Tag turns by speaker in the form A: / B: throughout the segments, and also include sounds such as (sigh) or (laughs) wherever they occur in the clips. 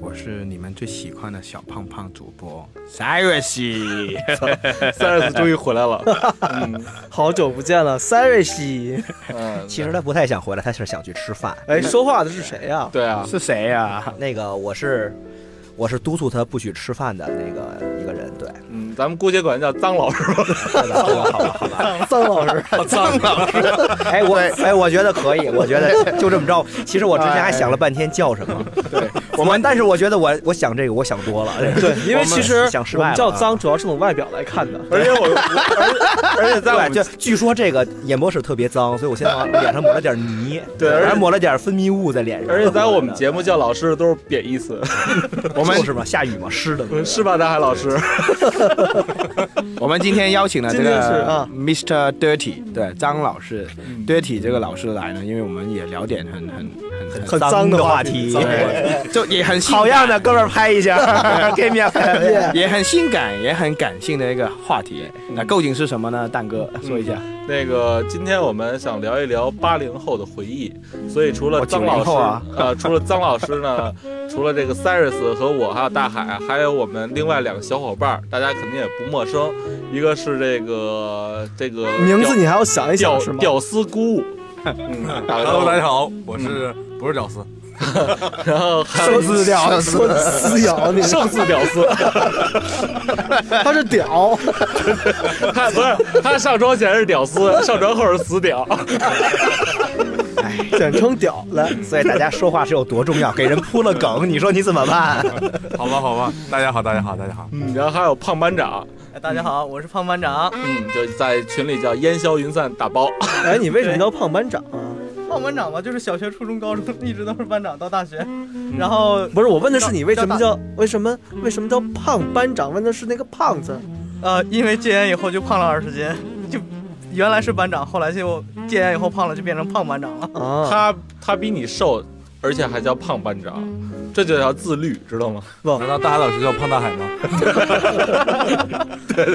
A: 我是你们最喜欢的小胖胖主播 Cyrus。
B: Cyrus 终于回来了，
C: 好久不见了 s a r i s
D: 嗯，
E: 其实他不太想回来，他是想去吃饭。
C: 哎，说话的是谁呀、
D: 对啊，
A: 是谁呀、
E: (laughs) 那个我是我是督促他不许吃饭的那个一个人，对，
D: 嗯，咱们姑且管他叫脏老师吧。
E: (laughs) 好吧，好吧，好吧。
C: 张老师，
E: 哎，我哎，我觉得可以，我觉得就这么着。其实我之前还想了半天叫什么，
A: 对，
E: 我们但是我觉得我我想这个我想多了， (laughs)
C: 对，因为其实
E: 想失
C: 我
E: 败
D: 啊
C: 们
E: 了啊
C: 叫脏，主要是从外表来看的。
A: 而且我，而而且在我
E: 对，
A: 们
E: 就据说这个演播室特别脏，所以我先往脸上抹了点泥，
D: 对而且
E: 还抹了点分泌物在脸上，
D: 而且
E: (laughs)
D: 在我们节目叫老师都是贬义词， (laughs)
E: 我们就是嘛，下雨嘛，湿的嘛，
D: 是吧，大海老师？ (laughs)
A: 我们今天邀请了这
C: 今天是
A: 个
C: 啊
A: Mr. Dirty，对，张老师，Dirty 这个老师来呢，因为我们也聊点很很很
E: 很脏的话题。 (laughs)
A: 对，就也很性
E: 好样
A: 感
E: 的，哥们儿，拍
A: (laughs)
E: 一下，Give me a five。
A: 也很性感，也很感性的一个话题。
E: 嗯
A: 那究竟是什么呢？蛋哥说一下。
D: 那个，今天我们想聊一聊八零后的回忆，所以除了
C: 哦
A: 我
D: 张
A: 90
D: 老师，
A: 后啊
D: 呃， (laughs) 除了张老师呢， (laughs) 除了这个 Cyrus 和我，还有大海，还有我们另外两个小伙伴儿，大家肯定也不陌生，一个是这个这个
C: 名字你还要想一
D: 屌
C: 想是吗？
D: 屌丝
C: (laughs)
D: 姑舞，嗯，打个招
B: Hello，
D: 呼
B: 大家好，我是不是屌丝？
D: 嗯 (laughs) 然后还
C: 生死屌，说的撕咬你，
D: (laughs) 胜似屌丝，
C: 他是屌，
D: 他不是他上妆前是屌丝，上妆后是死屌。
C: 简称屌来。
E: (laughs) 所以大家说话是有多重要，给人铺了梗，你说你怎么办？
B: 好吧，好吧，大家好，大家好，大家好。
D: 嗯，然后还有胖班长，
F: 哎
C: 大家好，我是胖班长。
D: 嗯，就在群里叫烟消云散大包。
C: 哎，你为什么叫胖班长啊？
F: 当班长吧，就是小学、初中、高中一直都是班长，到大学，
C: 嗯
F: 然后
C: 不是，我问的是你为什么叫为什么为什么叫胖班长？问的是那个胖字。
F: 呃，因为戒烟以后就胖了二十斤，就原来是班长，后来就戒烟以后胖了，就变成胖班长了。
C: 啊，
D: 他他比你瘦，而且还叫胖班长，这就叫自律，知道吗？
B: 难道大海老师叫胖大海吗？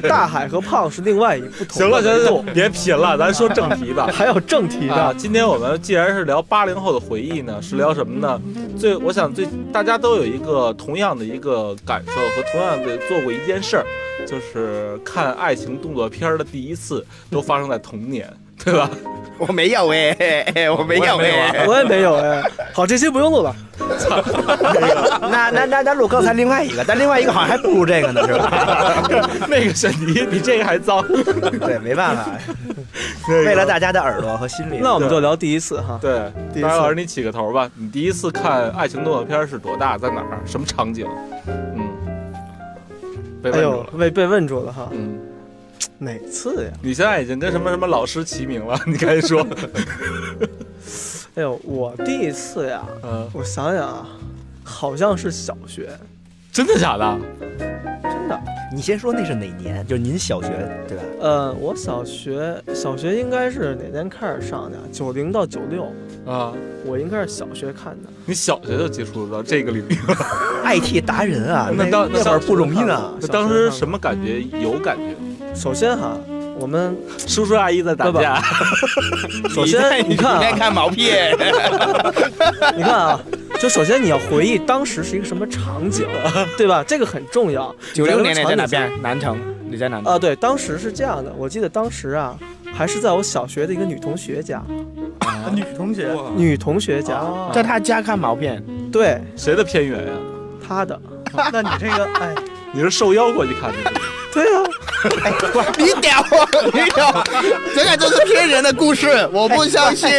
C: 大海和胖是另外一不同。
D: 行了行了，行了，别贫了，咱说正
C: (laughs)
D: 题吧。
C: 还有正题
D: 啊，
C: 的。
D: 今天我们既然是聊八零后的回忆呢，是聊什么呢？最我想最大家都有一个同样的一个感受和同样的做过一件事儿，就是看爱情动作片儿的第一次都发生在童年，对吧？
A: 我没有哎，我没有
B: 我也没有
A: 哎
B: 啊，
C: 我也没有哎。好，这期不用录了。
E: 那那那那录刚才另外一个，但另外一个好像还不如这个呢，是吧？
D: 那个沈迪比这个还脏。
E: 对，没办法，为了大家的耳朵和心理。
C: 那我们就聊第一次哈。
D: 对，
C: 第一
D: 大
C: 次
D: 白老师，你起个头吧。你第一次看爱情动作片是多大？在哪儿？什么场景？嗯，被
C: 哎
D: 问住
C: 呦
D: 了。，
C: 被被问住了哈。
D: 嗯，
C: 哪次呀？
D: 你现在已经跟什么什么老师齐名了，你赶紧说。
C: 哎呦，我第一次呀，
D: 嗯，
C: 我想想啊，好像是小学，
D: 真的假的？
C: 真的。
E: 你先说那是哪年？就是您小学对吧？
C: 呃，我小学小学应该是哪年开始上的呀？九零到九六，
D: 啊，
C: 我应该是小学看的。
D: 你小学就接触到这个领域了，
E: IT 达人啊，
D: 那当
E: 那会儿不容易呢。
C: 小学
D: 那当时
C: 看的
D: 什么感觉？有感觉吗？
C: 首先哈，我们
D: 叔叔阿姨在打
C: 不
D: 架，
C: 首先你看
A: 你在
C: (laughs) 啊，
A: 看毛片，
C: 你看啊，就首先你要回忆当时是一个什么场景，对吧？这个很重要。
A: 九六年你
C: 咱们
A: 在哪
C: 场景
A: 边？南城，你在哪？
F: 呃
C: 啊，对，当时是这样的，我记得当时啊，还是在我小学的一个女同学家，
F: 女同学，
C: 女同学家，
A: 在他家看毛片，
C: 对
D: 谁的偏远呀？
C: 她的，
F: 那你这个哎，
D: 你是受邀过去看的？
C: 对啊，
A: 你屌，你屌，这个都是骗人的故事，我不相信。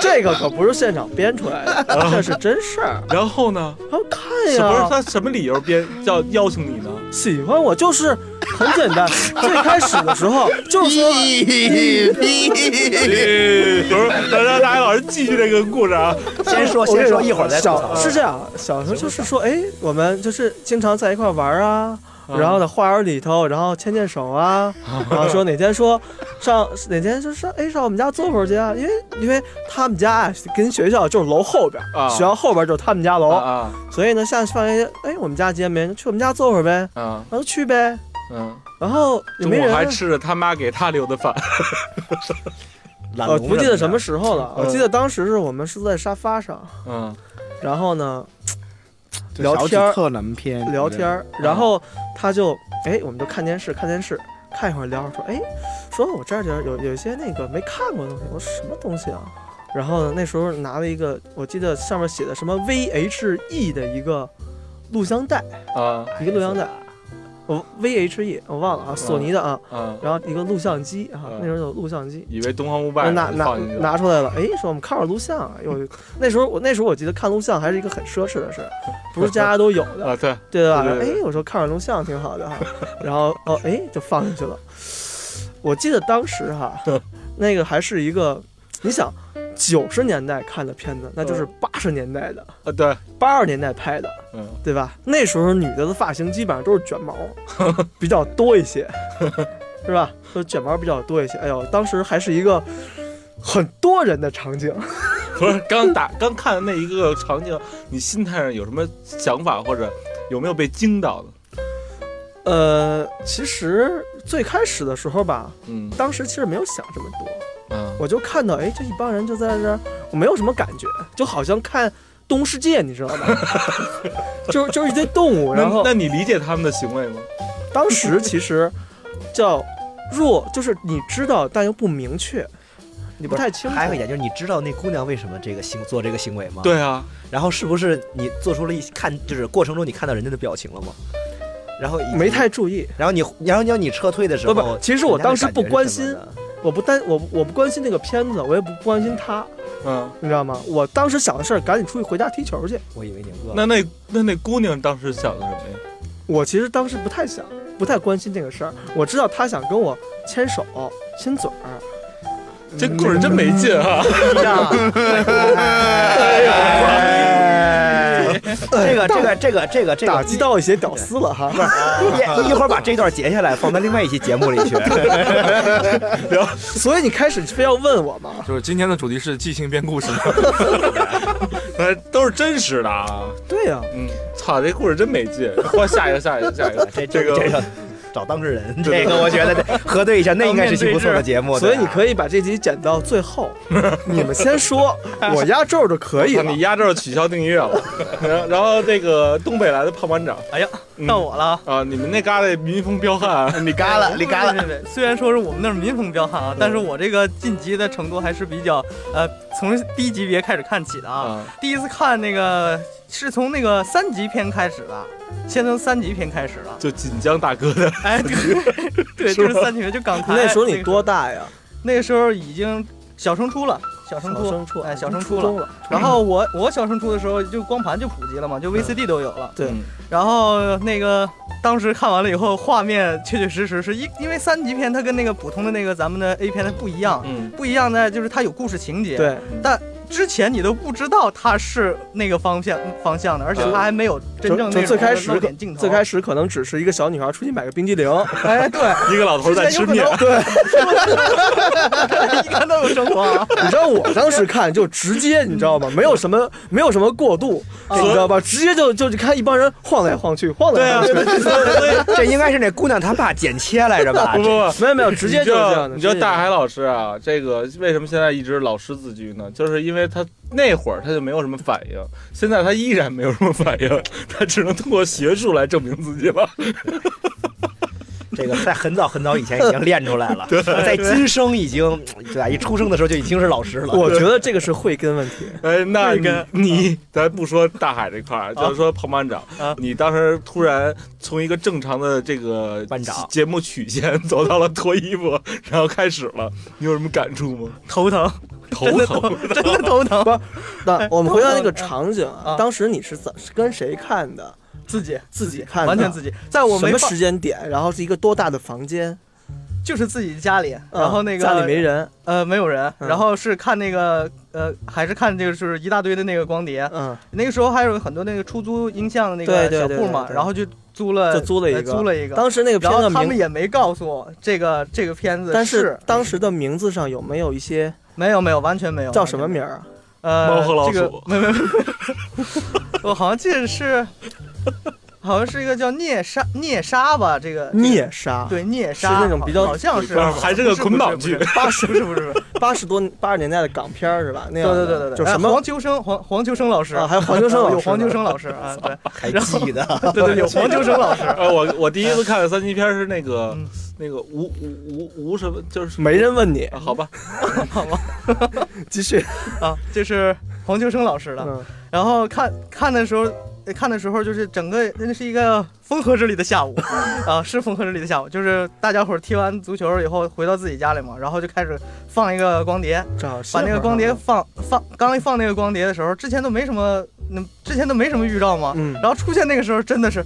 C: 这个可不是现场编出来
F: (laughs)
C: 的，这是真事儿。
D: 然后呢？
C: 然后看
D: 是不是
C: 呀，
D: 他什么理由编叫邀请你呢？
F: 喜欢我就是很简
E: (laughs)
F: 单，最开始的时候就说，
D: 不是，让让大家老师继续这个故事啊。
E: 先说先说，一会儿再吐槽啊嗯
F: 小。是这样，小时候就是说，哎，我们就是经常在一块玩啊，然后在花园里头，然后牵牵手啊，然后说哪天说上哪天就上哎上我们家坐会儿去啊，因为因为他们家啊跟学校就是楼后边
D: 啊，
F: 学校后边就是他们家楼，
D: 啊
F: 所以呢下放学哎我们家今天没人，去我们家坐会儿呗，
D: 啊啊
F: 然后去呗，
D: 嗯，
F: 然后也
D: 中
F: 没
D: 午
F: 人
D: 还
F: 啊。
D: 吃着他妈给他留的饭。
C: 啊
E: 懒
C: 哦
F: 我
E: 龙
F: 呃不记得
E: 什
F: 什
E: 么
F: 么
E: 的
F: 时候了，我记得当时是我们是坐在沙发上，
D: 嗯
F: 然后呢
A: 这
F: 聊
A: 小指
F: 天儿
A: 特能偏
F: 聊天，儿，
E: 嗯
F: 然后他就哎，我们就看电视，看电视，看一会儿聊会儿，说哎，说我这儿有有有一些那个没看过的东西，我说什么东西啊？然后呢，那时候拿了一个，我记得上面写的什么 VHE 的一个录像带，
D: (laughs) 啊
E: 哎
F: 一个录像带，我 VHE 我忘了啊，索尼的啊，
E: 嗯
D: 啊，
F: 然后一个录像机啊
D: 嗯，
F: 那时候有录像机，
D: 以为东方不败
F: 我拿拿
D: 放进去了
F: 拿出来了，哎，说我们看会儿录像啊，哟，那时候我那时候我记得看录像还是一个很奢侈的事儿，不是家家都有的，
D: 啊，对，
F: 对吧？
D: 对对对
F: 哎，我说看着录像挺好的哈，然后哦，哎，就放进去了。我记得当
D: (laughs)
F: 时哈，那个还是一个，你想，九十年代看的片子，那就是八十年代的，
D: 啊对， (laughs)
F: 八二年代拍的，
D: 嗯
F: 对吧？那时候女的的发型基本上都是卷毛， (laughs) 比较多一些，是吧？都卷毛比较多一些。哎呦，当时还是一个很多人的场景。
D: 不是刚打刚看的那一个场景，你心态上有什么想法，或者有没有被惊到的？
F: 呃，其实最开始的时候吧，
D: 嗯
F: 当时其实没有想这么多，
D: 嗯
F: 我就看到，哎，这一帮人就在这儿，我没有什么感觉，就好像看《动物世界》，你知道吗？ (laughs) 就是就是一堆动物，
D: 那
F: 然后
D: 那你理解他们的行为吗？
F: 当时其实叫弱，就是你知道，但又不明确，你不太清楚。
E: 还有一点就是，你知道那姑娘为什么这个行做这个行为吗？。
D: 对啊，
E: 然后是不是你做出了一看，就是过程中你看到人家的表情了吗？然后以及
F: 没，太注意，
E: 然后你，然后你要你撤退的时候，
F: 不不其实我
E: 人家的
F: 当时
E: 感觉
F: 不关
E: 是什么
F: 心
E: 呢
F: 我不担我我不关心那个片子，我也不关心他，
D: 嗯，
F: 你知道吗？我当时想的事儿，赶紧出去回家踢球去。
E: 我以为你饿了。
D: 那那那那姑娘当时想的什么呀？
F: 我其实当时不太想，不太关心这个事儿，我知道他想跟我牵手、亲嘴儿，
D: 这
F: 嗯
D: 故事真没劲啊！ (laughs)
E: 这 (laughs) 个这个这个这个这个
F: 打击到一些屌丝了哈。
E: (laughs) 一一会儿把这段截下来，放到另外一期节目 (laughs) 里去。
F: (laughs) 所以你开始非要问我
C: (laughs)
F: 嘛？
C: 就是今天的主题是即兴编故事，
D: 呃，都是真实的啊。
F: (laughs) 对呀、
D: 嗯，操，这故事真没
F: (laughs)
D: 劲。换下一个，下一个，下一个。
E: 这
D: 这
E: 这个这
D: 个
E: 个找当事人，(laughs)
D: 对
E: 这个我觉得得核对一下，那应该是期不错的节目。
F: 所以你
E: 以
F: 可以把这集剪到
C: (laughs)
F: 最后，你们先说，我压轴就可以
D: 操
F: 了
D: 你。压轴取消订阅了。然后然后这个东北来的胖班长
G: 哎呀，
D: 嗯
G: 到我了啊。
D: 啊，你们那旮瘩民风彪悍，啊
H: 你嘎了，你嘎了，
G: 别别别虽然说是我们那儿民风彪悍啊，但是我这个晋级的程度还是比较呃，从低级别开始看起的啊。
D: 啊
G: 第一次看那个是从那个三级片开始的，先从三级片开始的。
D: 就锦江大哥的
G: 哎，对 (laughs) 对，就是三级片，就港台。
F: 那时候你多大呀？
G: 那个时候已经小升初了，小升初。
F: 升初，
G: 哎小升初
F: 初
G: 了
F: 中了。
G: 然后我我小升初的时候就光盘就普及了嘛，就 VCD 都有了。
F: 对
D: 嗯
G: 然后那个当时看完了以后，画面确确实实是因因为三级片它跟那个普通的那个咱们的 A 片它不一样，
D: 嗯
G: 不一样在就是它有故事情节。。
F: 对，
G: 之前你都不知道它是那个方向方向的，而且它还没有真
F: 就
G: 正那
F: 呃就最开始
G: 露点镜头。
F: 最开
G: 始，
F: 始可能只是一个小女孩出去买个冰激凌，
G: 哎，对，
D: 一个老头在吃面，
G: 对，你看都有生活啊。
F: 你知道我当时看就直接，你知道吗？没有什么没有什么过渡，你知道吧？直接就就就看一帮人晃来晃去，晃
G: 啊
F: 来晃去。
E: (laughs) 这应该是那姑娘她爸剪切来着吧 (laughs)
D: 不？不不，
F: 没有没有，直接就是这样的。
D: 你知道
F: 直接就
D: 大
F: 是
D: 海老师啊，这个为什么现在一直老师自居呢？就是因为他那会儿他就没有什么反应，现在他依然没有什么反应，他只能通过学术来证明自己了。
E: 这个在很早很早以前已经练出来了，在今生已经对吧？一出生的时候就已经是老师了。
F: 我觉得这个是慧根问题。
D: (laughs) 哎，那
G: 这
D: 你
G: 个
D: 你咱不说大海这块儿，就是说彭班长
G: 啊，
D: 你当时突然从一个正常的这个
E: 班长
D: 节目曲线走到了脱衣服，然后开始了，你有什么感触吗？
G: 头疼，
D: 头疼，
G: 真的头疼。
F: 那我们回到那个场景啊
G: 哎啊，
F: 当时你是怎是跟谁看的？
G: 自己
F: 自己看的，
G: 完全自己，在我
F: 什
G: 没
F: 么
G: 放
F: 时间点，然后是一个多大的房间，
G: 就是自己家里，
F: 嗯
G: 然后那个
F: 家里没，人，
G: 呃，没有人，
F: 嗯
G: 然后是看那个呃，还是看这个就是一大堆的那个光碟，
F: 嗯，
G: 那个时候还有很多那个出租音像的那
F: 对
G: 个
F: 对
G: 小
F: 对
G: 铺
F: 对
G: 嘛，
F: 对
G: 然后就租了
F: 就租了一
G: 呃
F: 个
G: 租了一个，
F: 嗯当时那个片
G: 然后
F: 子
G: 他们
F: 名，
G: 也没告诉我这个这个片子，
F: 但
G: 是
F: 当时的名字上有没有一些
G: 没有没有完全没有
F: 叫什么？
G: 完全没有
F: 名儿啊？
G: 呃，
D: 猫和老
G: 这个
D: 鼠
G: 没有没有 (laughs) 没有，我好像记得是，好像是一个叫聂莎聂莎吧，这个
F: 聂莎，
G: 对聂
F: 是
G: 莎
F: 那种比较
G: 好像是
D: 还是个捆绑剧
G: 不是
F: 八十
G: 不是不是
F: (laughs)
G: 不是，不是
F: 八十多八十年代的港片儿是吧？那
G: 对
F: 样的
G: 对对对对，
F: 就什
G: 哎
F: 么
G: 黄秋生黄黄秋生老师
F: 啊还有黄秋生老师
G: 有黄秋
F: 呢
G: 生老师啊，对
E: 还记得
G: 对对，有黄秋生老师，
D: (laughs) 呃，我我第一次看的三级片是那个
G: 嗯
D: 那个吴吴吴吴什么，就是
F: 没人问你，
D: 啊好吧，
G: 好吗？
F: 继续，
G: (laughs) 啊，这是黄秋生老师的，
F: 嗯，
G: 然后看看的时候，呃看的时候就是整个那是一个风和日丽的
F: (laughs)
G: 下午，啊，是风和日丽的下午，就是大家伙儿踢完足球以后回到自己家里嘛，然后就开始放一个光碟，
F: 正好是
G: 把那个
F: 会儿
G: 光碟
F: 啊，
G: 放放，刚一放那个光碟的时候，之前都没什么，那之前都没什么预兆嘛，
F: 嗯
G: 然后出现那个时候真的是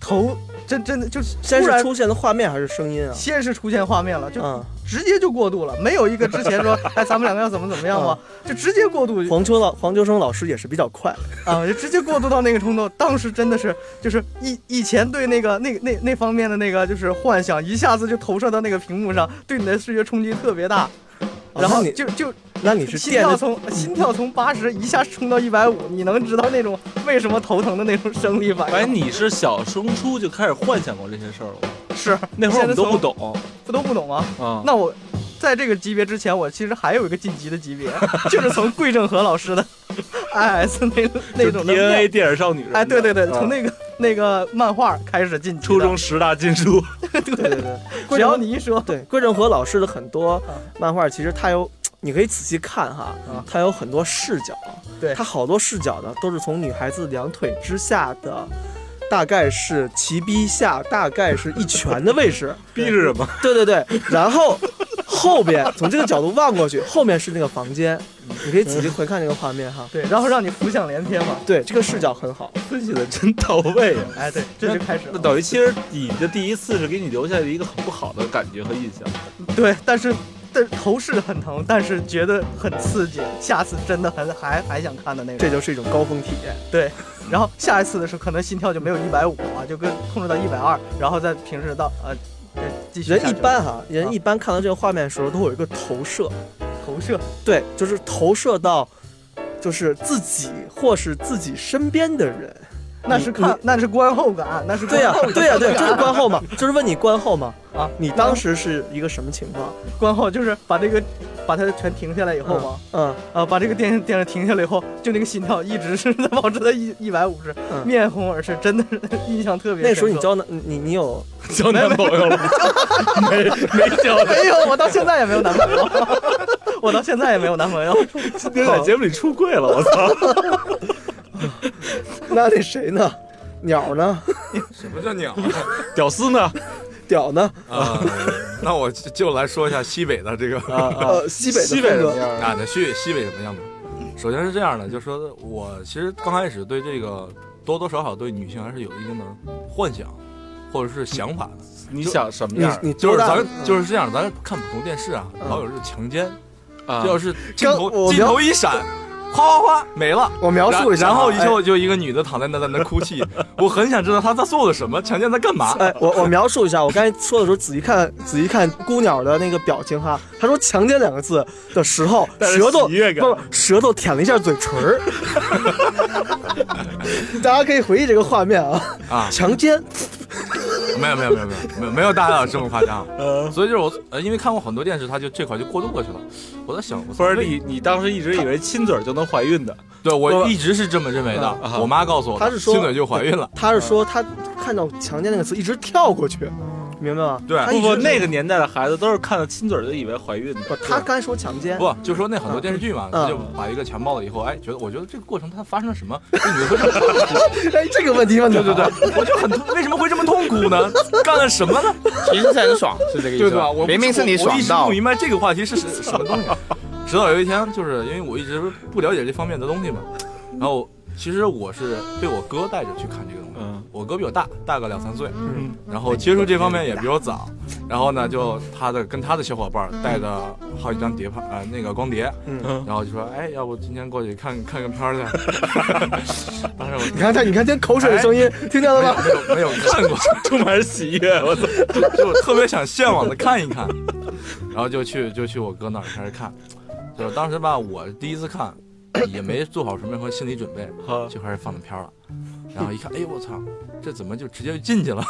G: 头真真的就是
F: 先
G: 突
F: 是
G: 然
F: 出现的画面还是声音啊？
G: 先是出现画面了，就
F: 嗯，
G: 直接就过渡了，没有一个之前说 (laughs) 哎咱们两个要怎么怎么样嘛，
F: 嗯
G: 就直接过渡
F: 黄秋老黄秋生老师也是比较快，
G: 啊，就直接过渡到那个冲动，当时真的是就是以以前对那个那个那那方面的那个就是幻想，一下子就投射到那个屏幕上，对你的视觉冲击特别大，
F: 哦
G: 然后
F: 那你
G: 就就
F: 那你是
G: 心
F: 垫着
G: 跳
F: 嗯
G: 从心跳从八十一下冲到一百五，你能知道那种为什么头疼的那种生理反
D: 哎，
G: 应？
D: 你是小升初就开始幻想过这些事儿了吗？
G: 是
D: 那会儿我们都不，懂
G: 不都不懂啊。
F: 嗯
D: 啊。
G: 那我在这个级别之前，我其实还有一个晋级的级别， (laughs) 就是从桂正和老师的 IS 那种那种的面
D: DNA 电影少女什么的，
G: 哎，对对对，
F: 嗯
D: 啊
G: 从那个那个漫画开始进
D: 初中十大禁书，
G: 对对对，只要你一说，
F: 对，桂正和老师的很多
G: 啊
F: 漫画，其实他有，你可以仔细看哈
G: 啊，
F: 他有很多视角，
G: 对
F: 他好多视角呢，都是从女孩子两腿之下的，大概是齐逼下，大概是一拳的位置，
D: 逼是什么？
F: (laughs) 对对对，然后后边从这个角度望过去，后面是那个房间，你可以仔细回看这个画面哈，
G: 对，然后让你浮想联翩嘛。
F: 对，这个视角很好，
D: 分析的真到位啊！
G: 哎，对，这就开始
D: 那
G: 了。
D: 等于其实你的第一次是给你留下了一个很不好的感觉和印象。
G: 对，但是但头是很疼，但是觉得很刺激，下次真的很还还想看的那
F: 这
G: 种。
F: 就是一种高峰体验。
G: 对，然后下一次的时候可能心跳就没有一百五啊，就跟控制到一百二，然后再平时到呃，呃继续下去
F: 人
G: 了。
F: 一般哈，人
G: 啊
F: 一般看到这个画面的时候，都会有一个投射，
G: 投射，
F: 对，就是投射到，就是自己或是自己身边的人。 (laughs)
G: 那是看那是观后感，那是
F: 对呀、
G: 观后
F: 对呀、对、就是观后嘛，就是问你观后嘛。
G: 啊，
F: 你当时是一个什么情况？
G: 观后就是把这个把它全停下来以后嘛，
F: 嗯，
G: 啊，把这个电电视停下来以后，就那个心跳一直是在 (laughs) 保持在一一百五十，
F: 嗯
G: 面红耳赤，真的是 (laughs) 印象特别深刻。
F: 那时候你交男，你你有
D: (laughs) 交男朋友了吗？没没交，
G: (laughs) 没有，哎我到现在也没有男朋友， (laughs) 我到现在也没有男朋友。
D: 今天在节目里出柜了，我操！
F: 那那谁呢？鸟呢？
C: 什么叫鸟
D: 屌丝呢？
F: 屌呢？
C: (laughs) 啊？那我就就来说一下西北的这个
D: 啊啊！
F: 呃，西北的
D: 西北
F: 风
D: 什么
F: 格，
D: 样啊？
C: 啊，那西西北什么样子？首先是这样的，就说我其实刚开始对这个多多少少对女性还是有一定的幻想或者是想法的。
D: 你想什么
F: 你
D: 样
F: 你
C: 就是
F: 多大嗯
C: 咱就是这样，咱看普通电视啊，老有这强奸，
D: 啊？
C: 要是镜
F: 刚我
C: 头镜头一闪，哗哗哗没了。
F: 我描述一下啊，
C: 然后一
F: 哎
C: 就就一个女的躺在那在那哭
F: (laughs)
C: 泣，我很想知道她在做了什么，强奸她干嘛？
F: 哎，我我描述一下，我刚才说的时候，仔细看，仔细看姑鸟的那个表情哈，她说“强奸”两个字的
D: (laughs)
F: 时候，
D: 带着
F: 舌头
D: 喜悦感
F: 不是舌头舔了一下嘴唇儿。 (laughs) 大家可以回忆这个画面啊，
C: 啊，
F: 强奸，
C: 没有没有没有没有没有没有大家这么夸张，所以就是我呃，因为看过很多电视，他就这块就过渡过去了。我在想，我
D: 不
C: 说
D: 是你，你当时一直以为亲嘴就能怀孕的，
C: 对
F: 不
C: 我一直是这么认为
D: 啊
C: 的，我妈告诉我的，
F: 她是说
C: 亲嘴就怀孕了。
F: 她是说她看到“强奸”那个词一直跳过去，明白吗？
C: 对
F: 她
D: 不
F: 一
D: 不，
F: 直
D: 那个年代的孩子都是看到亲嘴就以为怀孕的。
F: 不，她刚才说强奸，
C: 不，就说那很多电视剧嘛，
F: 嗯
C: 他就把一个强暴了以后，哎，觉得我觉得这个过程它发生了什
A: (laughs)
C: 么，这女的会这么痛苦，
F: 哎，这个问题问的
C: 对对对，我就很痛为什么会这么痛苦呢？干了什么呢？
A: 其实是很爽，是这个意
C: 对
A: 思
C: 吧？我
A: 明明是你
C: 我
A: 爽
C: 一直
A: 到
C: 不，明白这个话题是什什么东西。直到有一天，就是因为我一直不了解这方面的东西嘛，然后其实我是被我哥带着去看这个东西，
D: 嗯
C: 我哥比我大，大个两三岁，
F: 嗯
C: 然后接触这方面也比我早，然后呢，就他的跟他的小伙伴儿带着好几张碟盘，呃，那个光碟，
D: 嗯
C: 然后就说，哎，要不今天过去看看个片儿去？当时我
F: 你看他，你看这口水的声音，听见了吗？
C: 没有看过，
D: 充满喜悦，我操！
C: 就特别想向往的看一看，然后就去就去我哥那儿开始看，就是当时吧，我第一次看也没做好什么和心理准备，就开始放的片儿了，然后一看，哎呦我操，这怎么就直接就进去了？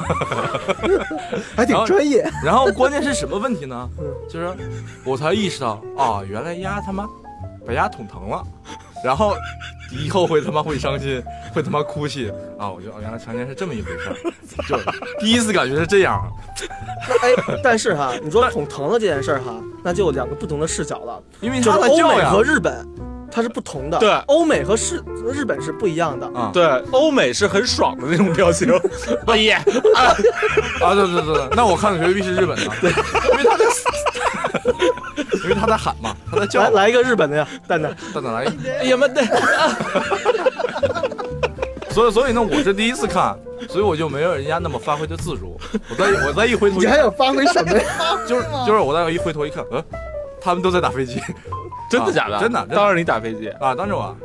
F: 还挺专业。
C: 然后关键是什么问题呢？就是我才意识到啊，原来丫他妈把丫捅疼了，然后以后会他妈会伤心， (laughs) 会他妈哭泣啊！我就哦，原来强奸是这么一回事儿，就第一次感觉是这样。
F: 哎，但是哈，你说捅疼了这件事儿哈，那就有两个不同的视角了，
C: 因为
F: 就
C: 他
F: 是
C: 的
F: 欧
C: 教
F: 美
C: 养
F: 和日本，它是不同的。
D: 对
F: 欧美和日日本是不一样的。
C: 啊，
D: (laughs) 对，欧美是很爽的那种
C: (laughs)
D: 表情，哎呀，
C: 啊，对对对对，那我看的绝对是日本的，因为他在，因为他在喊嘛，他在叫
F: 来，来一个日本的呀，蛋蛋。
C: 蛋蛋来。
D: 哎呀妈的，
C: 所以所以呢，我是第一次看，所以我就没有人家那么发挥的自如。我再我再一回头一
F: 你
C: 看，
F: 还有发挥什么呀？
C: (laughs) 就是就是我再一回头一看，嗯，他们都在打飞机
D: 真的假
C: 啊
D: 的？
C: 真的真的
D: 当时你打飞机，
C: 啊！当时我，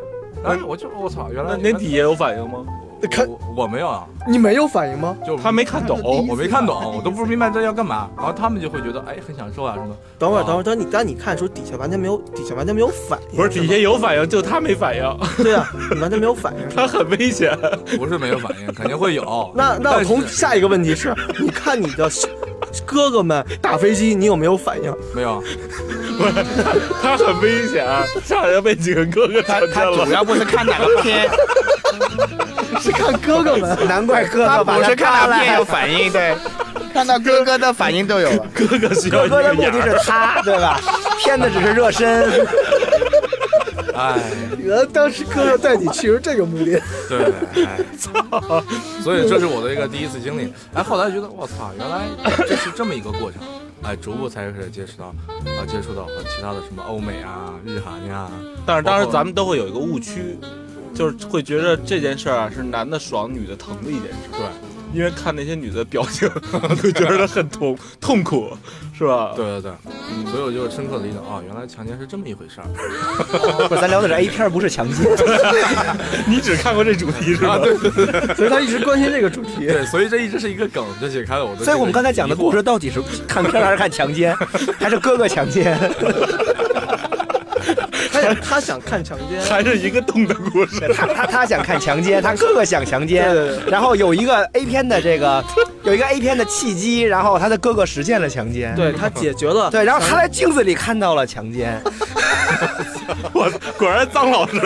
F: 嗯
C: 哎，我就我操，原
D: 那
C: 来
D: 那底下有反应吗？
F: 看
C: 我我我没有啊，
F: 你没有反应吗？
C: 就
D: 他没看懂，
C: 我没看懂，我都不明白这要干嘛。然后他们就会觉得哎很享受啊什么。
F: 等会儿，
C: 啊
F: 等会儿，等你，但你看的时候，底下完全没有，底下完全没有反应。
D: 不是底下有反应，就他没反应，
F: 对啊，你完全没有反应。。
D: 他很危险。
C: 不是没有反应，肯定会有
F: (laughs)
D: (laughs)
F: 那那我
C: 但是
F: 从下一个问题是，你看你的哥哥们打飞机，你有没有反应？
C: 没有，
D: 他很危险，差点被几个哥哥看见了。
E: 主要不是看哪个片，
F: 是看哥哥们。
E: 哎难怪哥哥把
A: 不是看
E: 哪
A: 哪
E: 片有反
A: (laughs)
E: 应，对，看到哥哥的反应都有了。
D: 哥哥需
E: 哥
D: 要一
E: 哥
D: 个
E: 的目
D: 眼
E: 的
D: 儿，
E: 是他，对吧？片子只是热身，
C: 哎，
F: (laughs) 原来当时哥哥带你去是这个目的。
C: (laughs) 对，
F: (laughs)
C: 哎，所以这是我的一个第一次经历。哎，后来觉得我操，原来这是这么一个过程。哎，逐步才开始接触到，啊，接触到和其他的什么欧美啊、日韩呀、
D: 但是当时咱们都会有一个误区，就是会觉得这件事儿啊是男的爽、女的疼的一件事。
C: 对，
D: 因为看那些女的表情，就觉得很痛痛苦，是吧？，
C: 对对对，所以我就深刻的理解啊，原来强奸是这么一回事儿 (laughs)
E: 不是咱聊的是 A 片，不是强奸。
D: 你只看过这主题是吧？
C: 啊！对对对
F: (laughs) 所以他一直关心这个主题。
C: 对，所以这一直是一个梗，就解开了我的。
E: (laughs) 所以我们刚才讲的故事，到底是看片儿还是看强奸，还是哥哥强奸？ (laughs)
F: 他想他想看强奸，
D: 还是一个动的故事。
E: 他他他想看强奸，他哥哥想强奸
F: 对对，
E: 然后有一个 A 片的这个有一个 A 片的契机，然后他的哥哥实现了强奸。
F: 对他解决了。
E: 对，然后他在镜子里看到了强奸，
D: 我果然脏老师，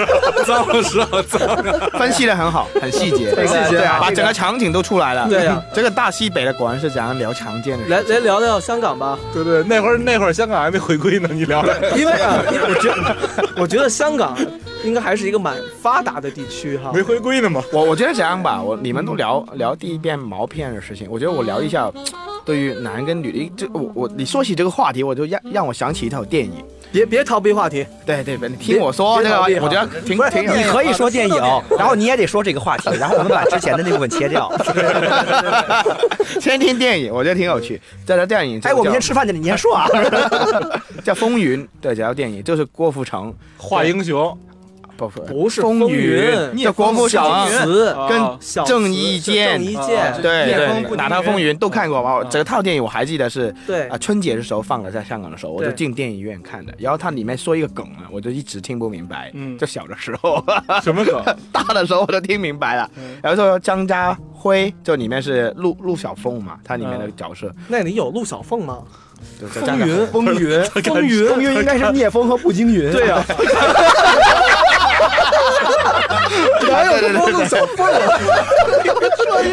C: 脏了是吧？脏了，
A: 分析的很好，很细节，
F: 很细节
A: 对啊
F: 啊
A: 把
F: 这个
A: 整个场景都出来了。
F: 对呀
A: (laughs) 这个大西北的果然是讲聊强奸的。
F: 来来聊聊香港吧，
D: 对对，那会儿那会儿香港还没回归呢，你聊聊。
F: 因为啊，因为我觉得我觉得香港应该还是一个蛮发达的地区哈
D: 没。回归呢吗？
A: 我我觉得这样吧，我你们都聊聊第一遍毛片的事情，我觉得我聊一下对于男跟女的，这我我你说起这个话题，我就让让我想起一套电影。
F: 别别逃避
D: (laughs)
F: 话题，
A: 对对对，你听我说
F: 别
A: 这个
F: 别，
A: 我觉得挺挺有
E: 你可以说电影，然后你也得说这个话题，然后我们把之前的那部分切掉。
A: 先听电影，我觉得挺有趣。这条电影叫，
E: 哎，我们先吃饭去了，你先说啊。
A: 叫《风云》，对，这条电影就是郭富城，
D: 画英雄，
A: 不不
F: 不是
A: 风
F: 云，
A: 叫郭富城
F: 小词
D: 啊
A: 跟
F: 小词
A: 郑伊健
F: 郑伊
D: 啊
F: 健，
A: 对
D: 夜风
A: 对
D: 不宁
A: 《哪吒风云》都看过吧？整套电影我还记得是
F: 嗯对
A: 啊，春节的时候放了，在香港的时候，我就
F: 对
A: 进电影院看的。然后它里面说一个梗啊，我就一直听不明白。
D: 嗯
A: 就小的时候，
F: 嗯
D: 什么梗？
A: (laughs) 大的时候我都听明白了。然后说张家辉，就里面是陆陆小凤嘛，他里面
F: 嗯
A: 的角色。
F: 那里有陆小凤吗？
A: 就叫张
F: 风
A: 家
F: 云，风云，风云，
E: 风云应该是聂风和步惊云。
F: 对呀，哪有这么陆小凤啊？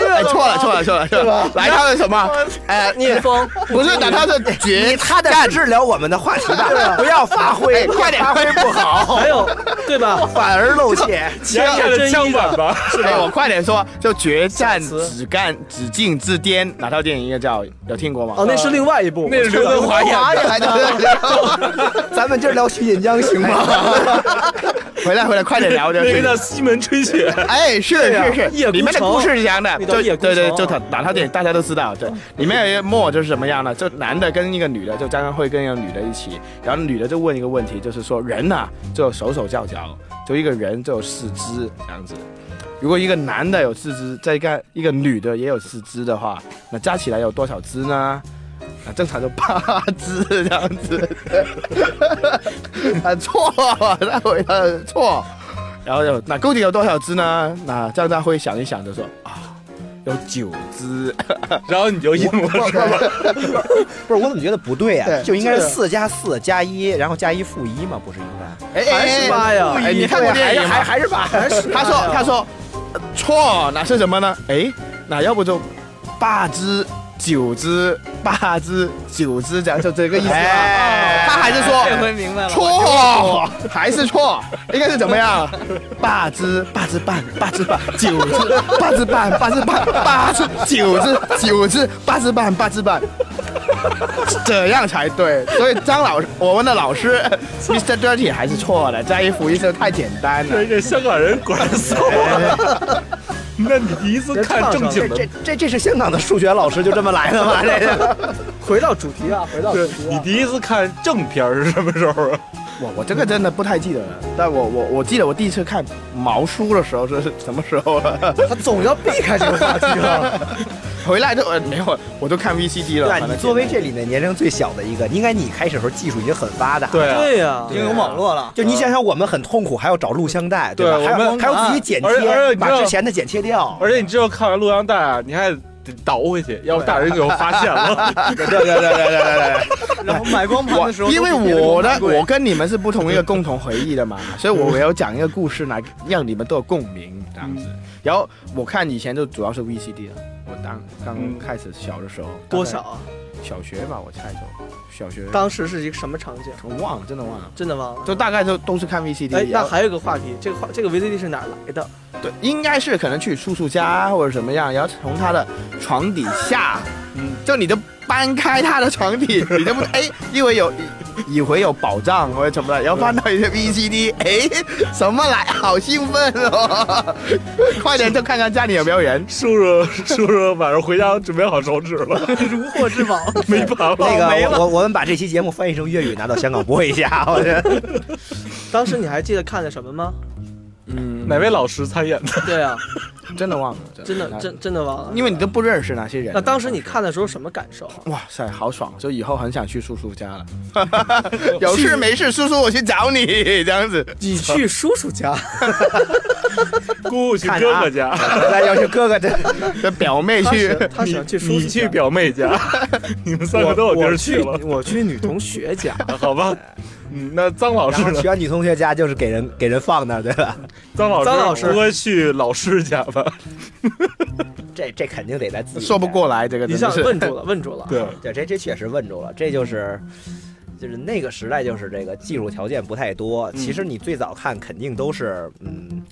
A: (laughs) 哎，错了错了错了错了，来他的什么？哎，
F: 聂风，
A: (laughs) 不是，哪他的绝
E: 他的治疗我们的话题
F: 啊
E: 吧，不要发
F: 哎
E: 挥，快点发挥不好，
F: 还有对吧？
E: 反而露
A: (laughs)
E: 怯。
D: 先看的枪版吧。
A: 是啊哎的，我快点
D: (laughs)
A: 说，就《决战只干只进之巅》，哪套电影应该叫？有听过吗？ (laughs)
F: 哦，那
E: 啊
F: 是另外一部，
D: 那是刘德 (laughs) 华演的，
E: 哎咱们今儿聊徐锦江行吗？
A: 回来回来，快点聊这。
D: 那个叫西门吹雪
A: 哎，是
D: 对啊
A: 是是，
D: 叶孤
A: 里面的
D: 城
A: 故事是这样的，
D: 那
A: 就
D: 叫叶
A: 对
D: 孤城
A: 对，就他哪套电影大家都知道，对，里面有一幕就是什么样呢？就男的跟一个女的，就张张慧跟一个女的一起，然后女的就问一个问题，就是说人呐、就有手手脚脚，就一个人就有四肢这样子。如果一个男的有四肢，再干一个女的也有四肢的话，那加起来有多少只呢？啊，正常就八只这样子。啊，错，那我要错。然后就那究竟有多少只呢？那张大辉想一想就说啊，有九只。
D: 然后你就一模
E: 说了，不是我怎么觉得不对啊？
A: 对
E: 就应该是
A: 是
E: 四加四加一，然后加一负一嘛，不
A: (laughs)
E: 是应
A: 哎
E: 该？
A: 哎哎哎，你看过电影吗？
E: 还还是
A: 八
E: 还是八
A: 他说
E: 呀
A: 他说呃错，那是什么呢？哎，那要不就八只。九只、八只、九只，这样就这个意思吗？
G: 哎
A: 他还是说
G: 这回明白了
A: 错，还是错，应该是怎么样？八只、八只半、八只半、九只、八只半、八只半、八只、九只、九只、八只半、八只半， (laughs) 这样才对。所以张老师，我们的老师
E: (laughs)
A: Mr. Dirty 还是错的，加一负一真的太简单了。 (laughs) 哎
D: 这这香港人果然怂啊！那你第一次看正经的
E: 这，这这是香港的数学老师就这么来的吗？这是。
F: 回到主题啊，回到主
D: 对
F: 题
D: 你
F: 啊。
D: 第一次看正片儿是什么时候啊？
A: 我我这个真的不太记得了，但我我我记得我第一次看毛叔的时候是什么时候了？ (laughs)
F: 他总要避开这个话题啊。
A: 回来就呃没有，我都看 VCD 了。
E: 对啊，
A: 反
E: 你
A: 正
E: 作为这里面年龄最小的一个，应该你开始的时候技术已经很发达。
D: 对啊
F: 对呀，
G: 已经有网络了。
E: 就你想想，我们很痛苦，还要找录像带，吧？
D: 对
E: 还
D: 我
E: 要
D: 们
E: 还要自己剪
D: 而且而且
E: 贴，
D: 你
E: 把
D: 知道
E: 之前的剪切掉。
D: 而且你知道看完录像带啊，你还得倒回去，要不大人给我发现 (laughs) 了。
A: 对对对对对对对。
G: 然后买光盘
A: 我
G: 的时候，
A: 因为我的我
G: 我
A: 跟你们是不同一个共同回忆的
E: (laughs)
A: 嘛，所以我有讲一个故事来让你们都有共鸣这样子。
E: 嗯
A: 然后我看以前就主要是 VCD 了，我当刚开始小的时候，
F: 多小？啊？
A: 小学吧，我猜就小学，
F: 当时是一个什么场景？
A: 我忘了，真的忘了。
F: 真的忘了。
A: 就大概就都是看 VCD，
F: 哎，
A: 然
F: 那
A: 后
F: 还有一个话题，这个话这个 VCD 是哪儿来的？
A: 对，应该是可能去叔叔家或者什么样，然后从他的床底下，
F: 嗯
A: 就你都搬开他的床
F: (laughs)
A: 底，你这不哎，因为有以以为有宝藏或者什么的，然后翻到一些 VCD，哎，什么来，好兴奋哦！ (laughs) 快点就看看家里有没有人。
D: 叔叔叔叔晚上回家准备好手指了，
G: 如获至宝，
D: 没办法，
E: 那
D: 没
E: 个，
D: 了。
E: 我我我们把这期节目翻译成粤语，拿到香港播一下。 (laughs) 我觉得
F: 当时你还记得看的什么吗？
A: 嗯
D: 哪位老师参演的？
F: (laughs) 对啊，
A: 真的忘了，(laughs)
F: 真的真真的忘了。
A: 因为你都不认识那些人。
F: 那当时你看的时候什么感受啊？
A: 哇塞，好爽！就以后很想去叔叔家
F: (laughs)
A: 了，有事没事，叔叔我去找你这样子。
F: 你去叔叔家，
D: 姑姑去
E: 看
D: 哥
E: 啊
D: 哥家，
E: 那要是哥哥这，
A: 这表妹
F: 他
A: 去
F: 是， (laughs) 他想去叔
D: (laughs) 你
F: 叔
D: 去
F: 家。
D: 表妹家， (laughs) 你们三个都有
F: 我
D: 地
F: 我
D: 儿啊去
F: 去
D: 了，
F: (laughs) 我去女同学家，
D: (laughs) 好吧？嗯，那张老师
E: 然后
D: 呢
E: 去？完女同学家就是给人给人放那儿，对吧？
D: 张老师，
F: 张老师
D: 不会去老师家吧？ (laughs)
E: 这这肯定得在自己
A: 说不过来，这个
F: 一
A: 真
F: 下
A: 的
F: 子
A: 是
F: 问住了，问住了。
D: 对，
E: 对，这这确实问住了，这就是。就是那个时代，就是这个技术条件不太多。
D: 嗯
E: 其实你最早看肯定都是，嗯，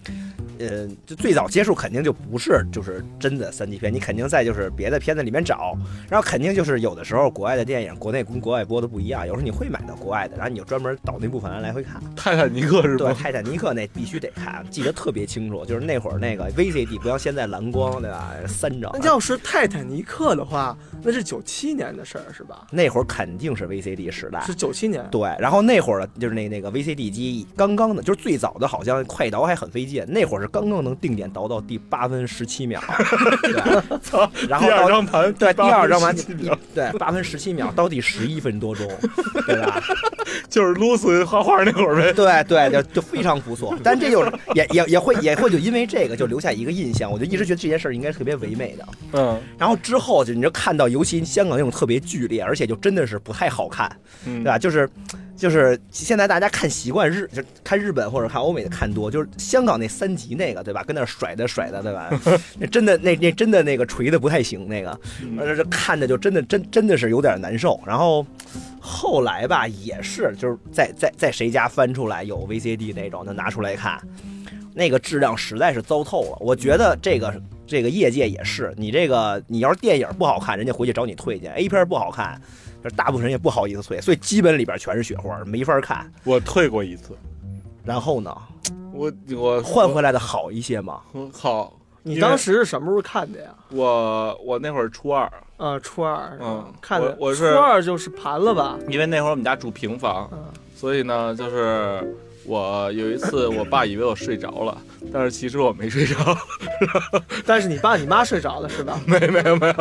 E: 呃，就最早接触肯定就不是就是真的三级片，你肯定在就是别的片子里面找，然后肯定就是有的时候国外的电影，国内跟国外播的不一样，有时候你会买到国外的，然后你就专门倒那部分来回看。
D: 泰坦尼克是
E: 对，
D: 吧？
E: 泰坦尼克那必须得看，记得特别清楚。就是那会儿那个 VCD，不像现在蓝光对吧？三张
F: 那。要是泰坦尼克的话，那是九七年的事儿是吧？
E: 那会儿肯定是 VCD 时代
F: 是。九七年。
E: 对，然后那会儿就是那那个 VCD 机刚刚的，就是最早的，好像快倒还很费劲。那会儿是刚刚能定点倒到第八分十七秒， (laughs) 对，然后
D: (laughs) 第二
E: 到
D: 张盘，
E: 对第二张
D: 八
E: 完
D: 分之七秒，
E: 对八分十七秒到第十一分多钟，对吧？
D: (laughs) 就是露丝画画那会儿
E: (laughs)
D: 呗。
E: 对对，就就非常不错。但这就是也也也会也会就因为这个就留下一个印象，我就一直觉得这件事儿应该是特别唯美的。
D: 嗯
E: 然后之后就你就看到，尤其香港那种特别剧烈，而且就真的是不太好看，对
D: 嗯，
E: 吧？就是就是现在大家看习惯日，就看日本或者看欧美的看多，就是香港那三级那个，对吧？跟那儿甩的甩的，对吧？那真的那那真的那个锤的不太行，那个，而这看着就真的真真的是有点难受。然后后来吧，也是就是在在在谁家翻出来有 VCD 那种，就拿出来看。那个质量实在是糟透了。我觉得这个这个业界也是，你这个你要是电影不好看，人家回去找你退去；A 片不好看，就是大部分人也不好意思退，所以基本里边全是血花，没法看。
D: 我退过一次，
E: 然后呢，
D: 我我
E: 换回来的好一些嘛。
D: 我靠！
F: 你
D: 因为
F: 当时是什么时候看的呀？
D: 我我那会儿初二，
F: 啊，初二，
D: 嗯，
F: 看的
D: 我我是嗯
F: 初二就是盘了吧？
D: 因为那会儿我们家住平房，
F: 嗯
D: 所以呢，就是我有一次，我爸以为我睡着了，但是其实我没睡着， (laughs)
F: 但是你爸你妈睡着了是吧？
D: 没没有没有，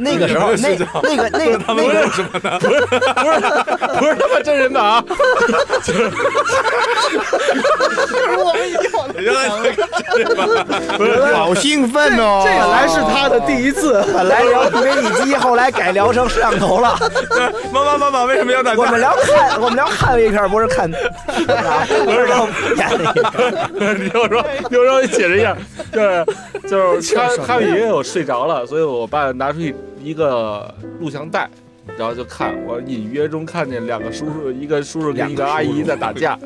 E: 那个时候，那那个那个那个
D: 不是他妈真人的啊，
C: 原来
A: 好兴奋哦！
F: 这本来是他的第一次，
E: 本来聊推理机，后来改聊成摄像头
D: (laughs)
E: 了。
C: 妈妈妈妈为什么要打
E: 我
C: 架？
E: 们聊看，我们聊看了一片，不是看，不是聊演了一
D: (laughs)
E: 片。
D: 你听我说，你听我说，你解释一下，就是
F: (laughs)
D: 就是他他以为我睡着了，所以我爸拿出一一个录像带。然后就看，我隐约中看见两个叔叔，一个叔叔跟一个阿姨在打架。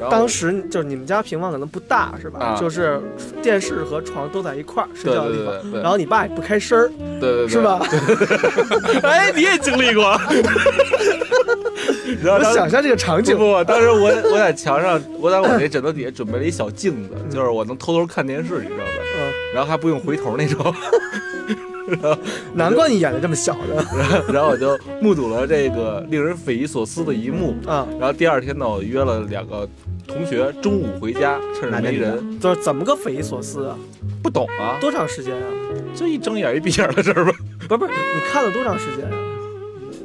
D: 然后
F: 当时就是你们家平房可能不大是吧？
D: 啊
F: 就是电视和床都在一块儿睡
D: 对
F: 觉的
D: 对
F: 地
D: 对
F: 方。
D: 对对，
F: 然后你爸也不开声儿，
D: 对对对
F: 是？吧？ (laughs)
D: 哎，你也经历过。然
F: 我
D: 后当
F: 想象这个场景
D: 不，不，当时我我在墙上，我在我那枕头底下准备了一小镜子，就是我能偷偷看电视，你知道吧？
F: 嗯
D: 然后还不用回头那种。
F: 难怪你演的这么小的
D: 然后然后我就目睹了这个令人匪夷所思的一幕。
F: 啊！
D: 然后第二天呢，我约了两个同学中午回家，趁着没人，
F: 就是怎么个匪夷所思啊？
D: 不懂啊，
F: 多长时间啊？
D: 就一睁眼一闭眼的事儿
F: (laughs)
D: 吧。
F: 不是不是，你看了多长时间啊？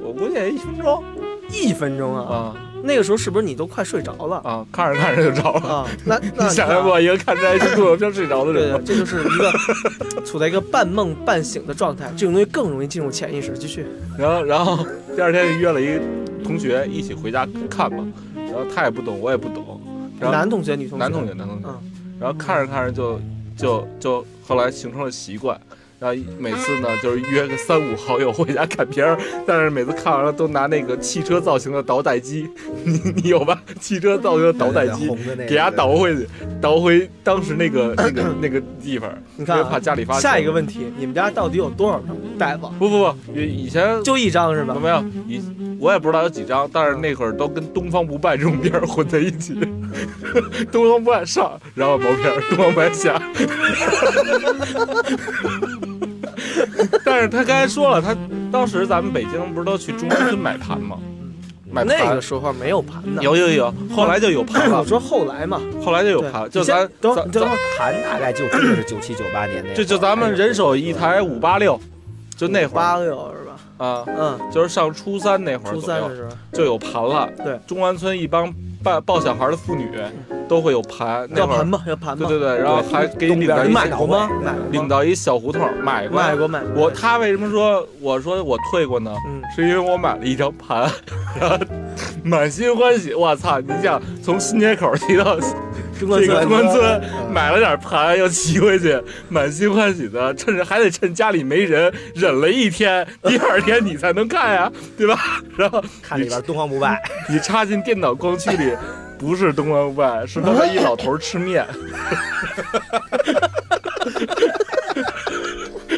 D: 我估计也一分钟
F: 一分钟啊？
D: 啊
F: 那个时候是不是你都快睡着了
D: 啊，看着看着就着了。
F: 啊？那那
D: (laughs) 你想
F: 看啊
D: 象过一个看着爱情动作片睡着的
F: 对
D: 人
F: 对，
D: 吗？
F: 这就是一
D: (laughs)
F: 个处在一个半梦半醒的状态，这种东西更容易进入潜意识。继续，
D: 然后，然后 (laughs) 第二天约了一同学一起回家看嘛，然后他也不懂，我也不懂，然后
F: 男同学、女同学，
D: 男同学，男同学
F: 嗯，
D: 然后看着看着就就就后来形成了习惯，然后每次呢就是约个三五好友回家看片儿，但是每次看完了都拿那个汽车造型的导带机， (laughs) 你你有吧？汽车造型的导
F: 哎
D: 带
F: 啊
D: 机。
E: 红的那个
D: 给它倒回去，倒回当时那个那个那个地方，
F: 你
D: 因
F: 看
D: 为
F: 啊
D: 怕家里发现。
F: 下一个问题，你们家到底有多少张袋子？
D: 不不不，以以前
F: 就一张是吧
D: 有？没有？以我也不知道有几张，但是那会儿都跟《东方不败》这种片儿混在一起，《东方不败》上，然后毛片儿，《东方不败》下。但是他刚才说了，他当时咱们北京不是都去中关村买盘吗？买盘
F: 那个时候没有盘的。
D: 有有有，后来就有盘
F: 我
D: 了，
F: 说后来嘛，
D: 后来就有
F: 对
D: 盘，
F: 你
D: 就
F: 先
D: 咱
F: 等会儿
D: 咱
F: 你等会儿
E: 盘大概就真的是九七九八年那会儿，
D: 就就咱们人手一台五八六，就那会儿
F: 八六是吧？
D: 啊，
F: 嗯，
D: 就是上初三那会儿
F: 初
D: 左
F: 三
D: 右
F: 的。时候，
D: 就有盘了。
F: 嗯对，
D: 中关村一帮抱抱小孩的妇女都会有盘，那
F: 要
D: 会儿
F: 盘吧，要盘吧
D: 对。对对，然后还给你领到一
F: 买过吗？买
D: 领
F: 过吗？
D: 到一小胡同儿买过。
F: 买过买过。
D: 我他为什么说我说我退过呢？
F: 嗯，
D: 是因为我买了一张盘， (laughs) 然后满心欢喜。我操！你想从新街口骑到
F: 中关
D: 这个
F: 村嗯
D: 中关村，买了点盘，又骑回去，满心欢喜的，趁着还得趁家里没人，忍了一天，第二天你才能看呀，对吧？然后
E: 看里边东方不败，
D: 你插进电脑光驱里，不是东方不败，是他妈一老头儿吃面。 (laughs)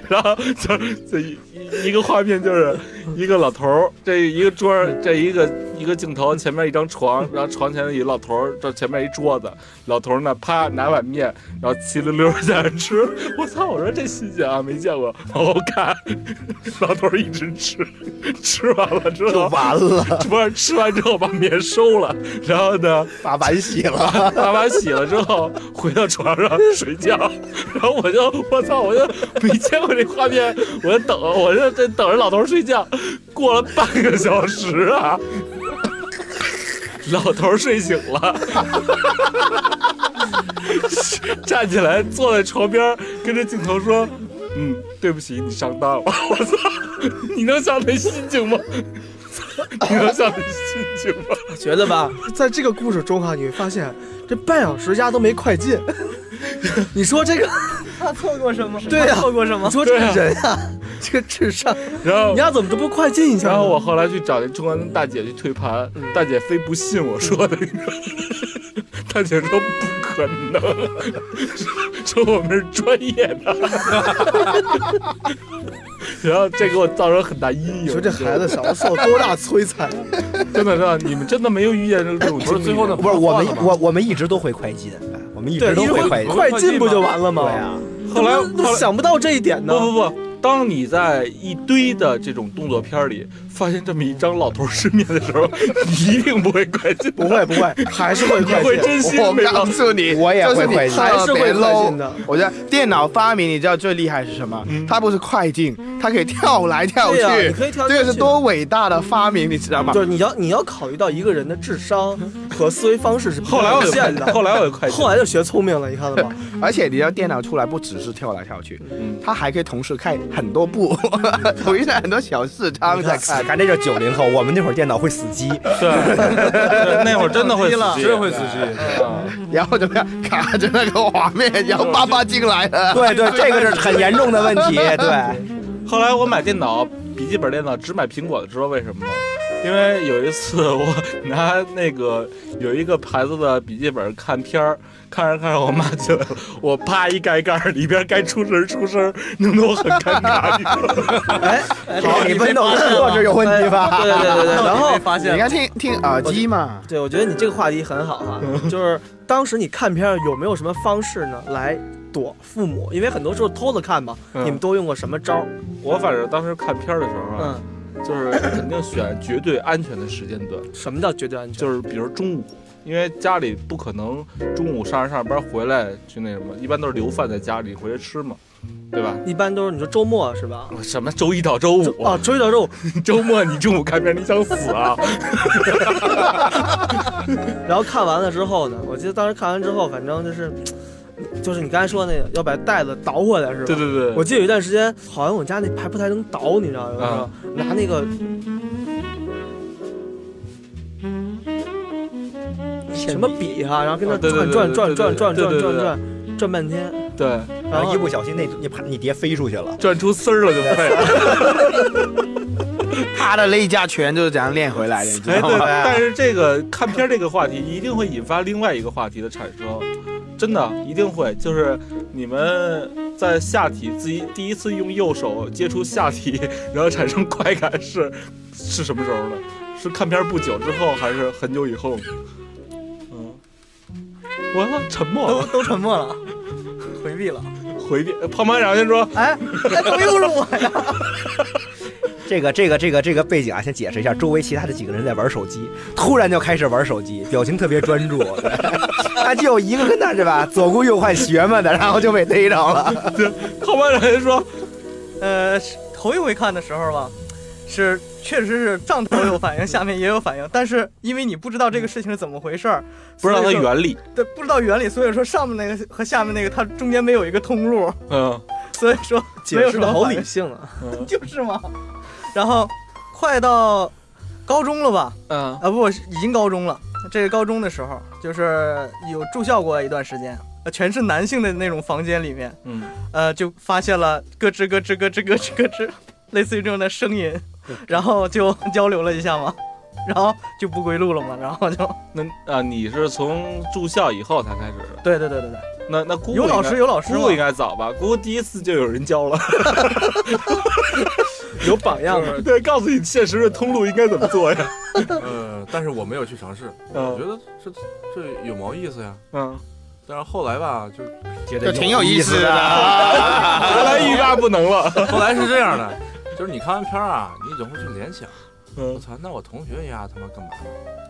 D: 然后就这一一一个画面就是一个老头儿，这一个桌儿，这一个一个镜头，前面一张床，然后床前一老头儿，这前面一桌子，老头儿呢啪拿碗面，然后哧溜溜在那吃。我操！我说这新鲜啊，没见过，好好看。 (laughs) 老头儿一直吃，吃完了之后
E: 就完了，
D: (laughs) 不是吃完之后把面收了，然后呢，
E: 把碗洗了。
F: (laughs)
D: 把碗洗了之后回到床上睡觉，然后我就我操，我就没见过这画面，我就等，我就这等着老头睡觉，过了半个小时啊，老头睡醒了。站起来，坐在床边儿，跟着镜头说：“嗯，对不起，你上当了。” (laughs) 我操，你能想那心情吗？ (laughs) 你能想那心情吗？
F: 觉得吧，在这个故事中哈、你会发现这半小时家都没快进。你说这个，
G: 他错过什么？
F: 对呀
G: 他错过什么
F: 你？说这个人啊， (laughs) 这个智商，
D: (laughs) 然后
F: 你丫怎么都不快进一下呢？
D: 然后我后来去找那中关村大姐去推盘，嗯大姐非不信我说的，大姐说不可能，说我们是专业的， (laughs) 然后这给我造成很大阴影。
F: 你说这孩子小受多大摧残？啊
D: (laughs) 真的真的，你们真的没有遇见这种
C: 哎不是
D: 经历啊
C: 最后呢？
E: 不是我
C: 换了
E: 们，
C: 吗
E: 我我们一直都会快进，我们一
F: 对，
E: 直都
F: 一
E: 会
F: 会
E: 怀
F: 快
E: 疑。
F: 快进不就完了吗？
E: 对啊，
D: 后来
F: 怎么
D: 后来
F: 想不到这一点呢。
D: 不不不，当你在一堆的这种动作片儿里发现这么一张老头儿失眠的时候，你一定不会怪罪，
F: 不会不会，还是
D: (laughs)
F: 会
D: 你
F: 快
D: 会
F: 进，
D: 珍惜
A: 我
D: 对
A: 告
D: 方。
A: 诉你，
E: 我也
A: 就是
E: 会
A: 你
E: 快进
F: 还是会
A: 快
F: 快进的。
A: 我觉得电脑发明，你知道最厉害是什么？它不是快进，它可以跳来跳去
F: 对啊，你，可以跳。
A: 这个是多伟大的发明，你知
D: 啊
A: 道吗？
F: 就是你要你要考虑到一个人的智商和思维方式是
D: 后来我
F: 有
D: 就
F: 限
D: 快，
F: 的，
D: (laughs) 后来我就快进
F: 后，来就学聪明了，你看
D: (laughs)
F: 了吗？
A: 而且你知道电脑出来不只是跳来跳去，
D: 嗯
A: 它还可以同时看很多部， (laughs) 同时看很多小视窗在
E: 死
A: (laughs) 看。
E: 看这就是九零后，我们那会儿电脑会死机，
D: 对，对那会儿真的
F: (laughs)
D: 会死机，
C: 真会仔细。
D: 啊
A: 然后怎么样卡着那个画面，然后爸爸进来了。
E: 对对，这个是很严重的问题，对，
D: 后来我买电脑，笔记本电脑只买苹果的，知道为什么吗？因为有一次我拿那个有一个牌子的笔记本看片儿， (laughs) 看着看着我妈进来了，我啪一盖盖儿，里边该出声儿出声儿，弄得我很尴尬。你
F: (laughs)
D: 知道吗
E: 好，你们弄设置有问题吧？
F: 对对
D: (laughs)
F: 对对，然后
G: 发
A: 你
G: 现
A: 应该听听耳机嘛，
F: 对，我觉得你这个话题很好
D: (laughs)
F: 哈，就是当时你看片儿有没有什么方式呢来躲父母？因为很多时候偷着看嘛，
D: 嗯
F: 你们都用过什么招儿？
D: 我反正当时看片儿的时候啊，
F: 嗯，
D: 就是肯定选绝对安全的时间段，
F: 什么叫绝对安全？
D: 就是比如中午。因为家里不可能中午上着上班回来去那什么，一般都是留饭在家里回来吃嘛，对吧？
F: 一般都是你说周末是吧？
D: 什么周一到周五
F: 哦，追到肉，
D: (laughs) 周末你中午看片，你想死啊？
F: (laughs) 然后看完了之后呢，我记得当时看完之后，反正就是，就是你刚才说那个要把袋子倒回来是吧？
D: 对对对，
F: 我记得有一段时间，好像我家那还不太能倒，你知道吗？有的时候拿那个什么笔哈、然后跟那
D: 啊对对
F: 转
D: 对对
F: 转转
D: 对
F: 转转
D: 对对对
F: 转转
D: 对
F: 转转半天，
D: 对
F: 然
E: 然
F: 后
E: 后一不小心那你啪你碟飞出去了，
D: 转出丝儿了就废了。
A: 他的那家拳就是怎样练回来的，你知
D: 哎，
A: 道
D: 对，
A: 吗？
D: (laughs) 但是这个看片儿这个话题一定会引发另外一个话题的产生，真的一定会，就是你们在下体自己第一次用右手接触下体，然后产生快感是是什么时候呢？ (laughs) 是看片儿不久之后，还是很久以后呢？嗯，完了，沉默
G: 都
D: 了，
G: 都沉默了，回避了。
D: (laughs) 回呃避。胖班长先说，
G: 哎，哎怎么又是我 (laughs) 呀？
E: 这个这个这个这个背景啊，先解释一下，周围其他的几个人在玩手机，突然就开始玩手机，表情特别专注，对啊，就有一个跟那是吧，左顾右盼学嘛的，然后就被逮着了。
D: 胖班长先说，
G: 呃，是头一回看的时候吧，是确实是上头有反应，下面也有反应，但是因为你不知道这个事情是怎么回事儿，
D: 不知道它
G: 所以说
D: 原理，
G: 对，不知道原理，所以说上面那个和下面那个它中间没有一个通路，
D: 嗯。
G: 所以说没
F: 解
G: 有
F: 释
G: 什
F: 的
G: 么
F: 好
G: 反应
F: 理性啊，
G: (laughs) 就是嘛。然后快到高中了吧？
D: 嗯
G: 啊，不，已经高中了。这是高中的时候，就是有住校过一段时间，呃全是男性的那种房间里面，
D: 嗯，
G: 呃，就发现了咯吱咯吱咯吱咯吱咯吱，类似于这种的声音，然后就 (laughs) 交流了一下嘛，然后就不归路了嘛，然后就，
D: 那啊，你是从住校以后才开始的？
G: 对对对对对，
D: 那那姑姑
G: 有老师有老师
D: 姑姑应
G: 嘛，
D: 该早吧？姑姑第一次就有人教了，
F: (laughs) 有榜样啊嘛。
D: 对，告诉你现实的通路应该怎么做呀？
C: 呃，但是我没有去尝试，我觉
D: 嗯
C: 得这这有毛意思呀。
D: 嗯，
C: 但是后来吧，就
A: 就挺有意思的
D: 原来欲罢不能了。
C: 后来是这样 (laughs) 的，就是你看完片儿啊，你总会去联想，我
D: 嗯
C: 操，那我同学丫他妈干嘛呢？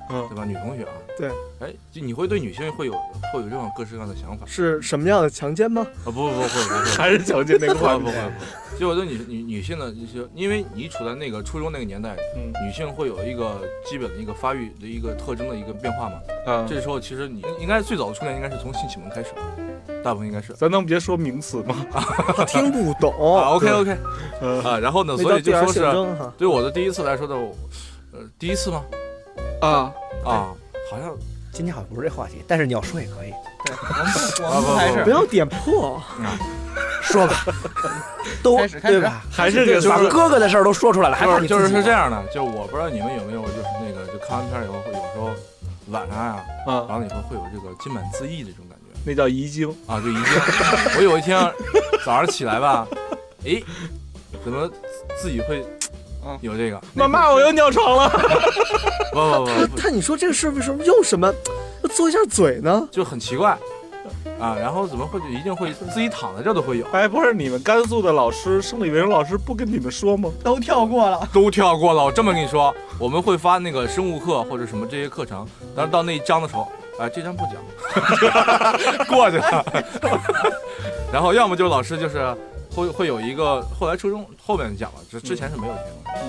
D: 嗯
C: 对吧？女同学啊，
F: 对，
C: 哎，就你会对女性会有会有这种各式各样的想法
F: 是什么样的强奸吗？
C: 啊？不不不会不会。
D: 还是强奸那个
C: 不
D: 话
C: 会
D: 题
C: 不会，不会，就我对女女女性的一些，因为你处在那个初中那个年代，
D: 嗯
C: 女性会有一个基本的一个发育的一个特征的一个变化嘛。
D: 啊，
C: 这时候其实你应该最早的初恋应该是从性启蒙开始，大部分应该是。
D: 咱能别说名词吗？
F: 听不懂。
C: 啊，OK OK，
D: 嗯
C: 啊，然后呢，
F: (laughs) 那
C: 所
F: 叫
C: 以就
F: 对儿
C: 说
F: 性
C: 是
F: 征哈，
C: 对我的第一次来说的，我呃，第一次吗？
D: 啊，
C: 啊，好像
E: 今天好像不是这话题，但是你要说也可以，
G: 我们还
F: 不
G: 是
F: 要点 (laughs) 破。
E: 说吧，都
G: 开始开
E: 对
G: 始
E: 吧？
D: 还是这个词
E: 把
D: 儿
E: 哥哥的事儿都说出来了，还
C: 就
E: 怕
C: 是
E: 你
C: 就是是这样
E: 样，
C: 的，就我不知道你们有没有，就是那个就看完片儿以后，会有时候晚上呀，
D: 啊，
C: 完了以后会有这个今晚自缢的这种感觉。
D: 那叫遗精。
C: 啊，就一定。我有一天早上起来吧，诶，怎么自己会
D: 啊
C: 有这个？
D: 妈妈，我又尿床了。
C: 不不
F: 他
C: 不不，
F: 他，你说这个事儿为什么又什么？要嘬一下嘴呢？
C: 就很奇怪。啊，然后怎么会一定会自己躺在这都会有，
D: 哎，不是你们甘肃的老师，生理卫生老师不跟你们说吗？
G: 都跳过了。
C: 都跳过了。我这么跟你说，我们会发那个生物课或者什么这些课程，但是到那一章的时候，哎，这章不讲，过去了。 (laughs) 然后要么就是老师就是会会有一个，后来初中后面讲了，之之前是没有这个，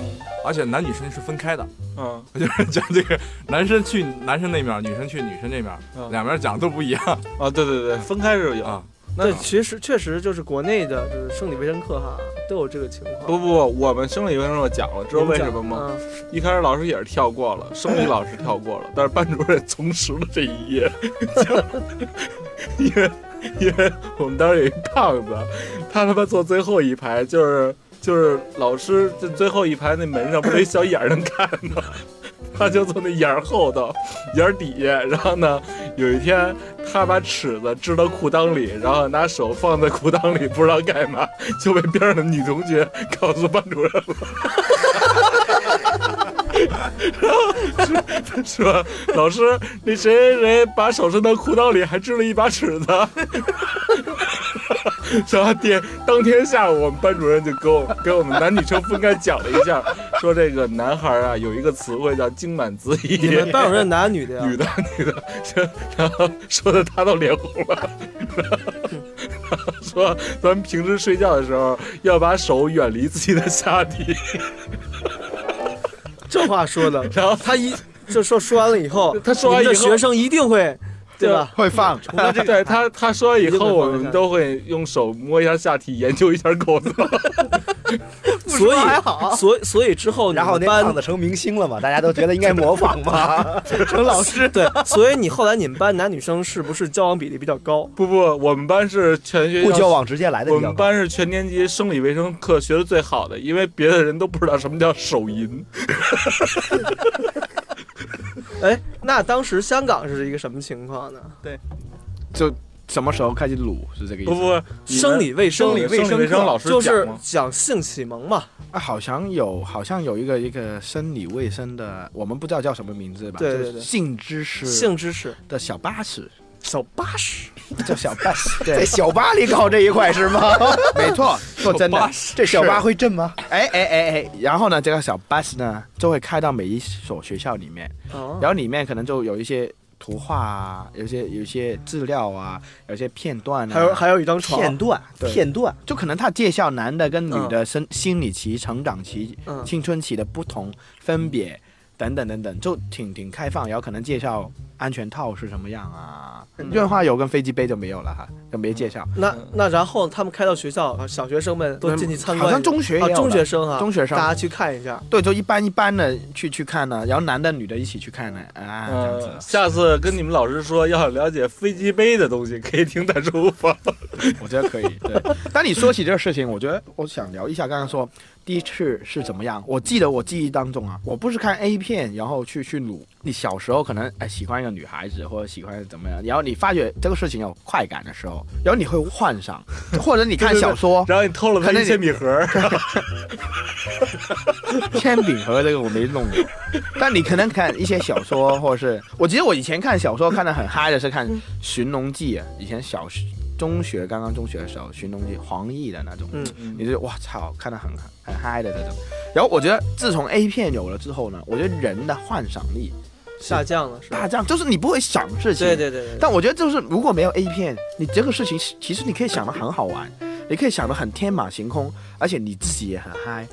C: 而且男女生是分开的，
D: 嗯，
C: 就是讲这个男生去男生那面，女生去女生那面，
D: 嗯
C: 两边讲都不一样
D: 啊，对对对，分开是有。
C: 啊。
F: 对，其实确实就是国内的就是生理卫生课哈，都有这个情况。
D: 不不不，我们生理卫生课讲了，知道为什么吗？
F: 嗯？
D: 一开始老师也是跳过了，生理老师跳过了，但是班主任重拾了这一页，就因为因为我们当时有一胖子，他他妈坐最后一排，就是就是老师就最后一排那门上不是一小眼儿能看吗？他就坐那眼儿后头，眼儿底下，然后呢，有一天他把尺子支到裤裆里，然后拿手放在裤裆里，不知道干嘛，就被边上的女同学告诉班主任了。然后 (laughs) 说说老师，那谁谁谁把手伸到裤裆里，还支了一把尺子。 (laughs) 然后第当天下午，我们班主任就给我给我们男女生分开讲了一下，说这个男孩啊有一个词汇叫“精满啊自溢”，
F: 你 (laughs) 们班主任男的女的呀？
D: 女的女的，这然后说的他都脸红了， (laughs) 然后然后说咱们平时睡觉的时候要把手远离自己的下体，
F: 这话说的，
D: 然后
F: 他一就说说完了以后，
D: 他说完
F: 你们的
D: 以后
F: 学生一
D: (laughs)
F: 定会，对吧？
A: (laughs) 会放。
D: 对他他说完以
F: 一定会
D: 后，我
F: 放一
D: 们
F: 下
D: 都会用手摸一下下体，研究一下构造。
F: 所以
G: 还好
F: 所以所以之后
E: (laughs)
F: 你
E: 然后
F: 们
E: 那
F: 班
E: 胖子成明星了嘛，大家都觉得应该模仿嘛。
F: 成老师对，所以你后来你们班男女生是不是交往比例比较高？
D: (laughs) 不不，我们班是全学
E: 不交
D: 校。
E: 往直接来的
D: 我
E: 比较
D: 们
E: 高。
D: 班是全年级生理卫生课学的最好的，因为别的人都不知道什么叫手淫。
F: 哎，那当时香港是一个什么情况呢？
A: 就什么时候开始撸是这个意思？
D: 不不，你们
F: 生理卫生
D: 生理卫生
F: 课
D: 老师
F: 就
D: 讲
F: 是
D: 吗
F: 讲性启蒙嘛，
A: 啊，好像有，好像有一个一个生理卫生的，我们不知道叫什么名字吧？
F: 对对
A: 就是
F: 对
A: 性知识
F: 性知识，
A: 的小巴士，
F: 小八十，
A: (laughs) 叫小巴士。
E: 在
A: 对，
E: 小巴里搞这一块是吗？
A: (laughs) 没错，说真的，
E: 这小巴会震吗？
A: 哎哎哎哎，然后呢，这个小巴士呢就会开到每一所学校里面，
F: 哦
A: 然，后里面可能就有一些图画啊，有一些有一些资料啊，有一些片段啊，
F: 还有还有一张床，
E: 片段，
A: 对
E: 片段，
A: 就可能他介绍男的跟女的生、心理期、成长期、
F: 嗯
A: 青春期的不同分别等等等等，就挺挺开放，然后可能介绍安全套是什么样啊，
F: 嗯
A: 润滑油跟飞机杯就没有了哈，就没介绍。
F: 那那然后他们开到学校，啊小学生们都进去参观
A: 好
F: 一下，
A: 像中学也有
D: 哦
F: 啊
A: 的、
F: 中学生啊，
A: 中学生
F: 大家去看一下。
A: 对，就一般一般的去去看呢，然后男的女的一起去看呢啊，这样
D: (laughs) 呃，
A: 子，
D: 下次跟你们老师说，要想了解飞机杯的东西，可以听弹书房。
A: 我觉得可以。 (laughs) 对，当你说起这个事情，我觉得我想聊一下刚刚说第一次是怎么样。我记得我记忆当中啊，我不是看 A 片，然后去去撸。你小时候可能哎喜欢一个女孩子或者喜欢怎么样，然后你发觉这个事情有快感的时候，然后你会幻想，或者你看小说
D: 然后你偷了他
A: 可能
D: 一
A: 你
D: 铅笔盒，
A: (laughs) 铅笔盒这个我没弄过，但你可能看一些小说，或者是我记得我以前看小说看的很嗨的是看《寻龙记》，以前小学中学刚刚中学的时候，《寻龙记》黄奕的那种，
F: 嗯
A: 你就哇操，看的很很嗨的这种。然后我觉得自从 A 片有了之后呢，我觉得人的幻想力
F: 下降了是吧
A: 大？降，就是你不会想事情，
F: 对对对对，
A: 但我觉得就是如果没有 A 片，你这个事情是其实你可以想的很好玩，你可以想的很天马行空，而且你自己也很嗨。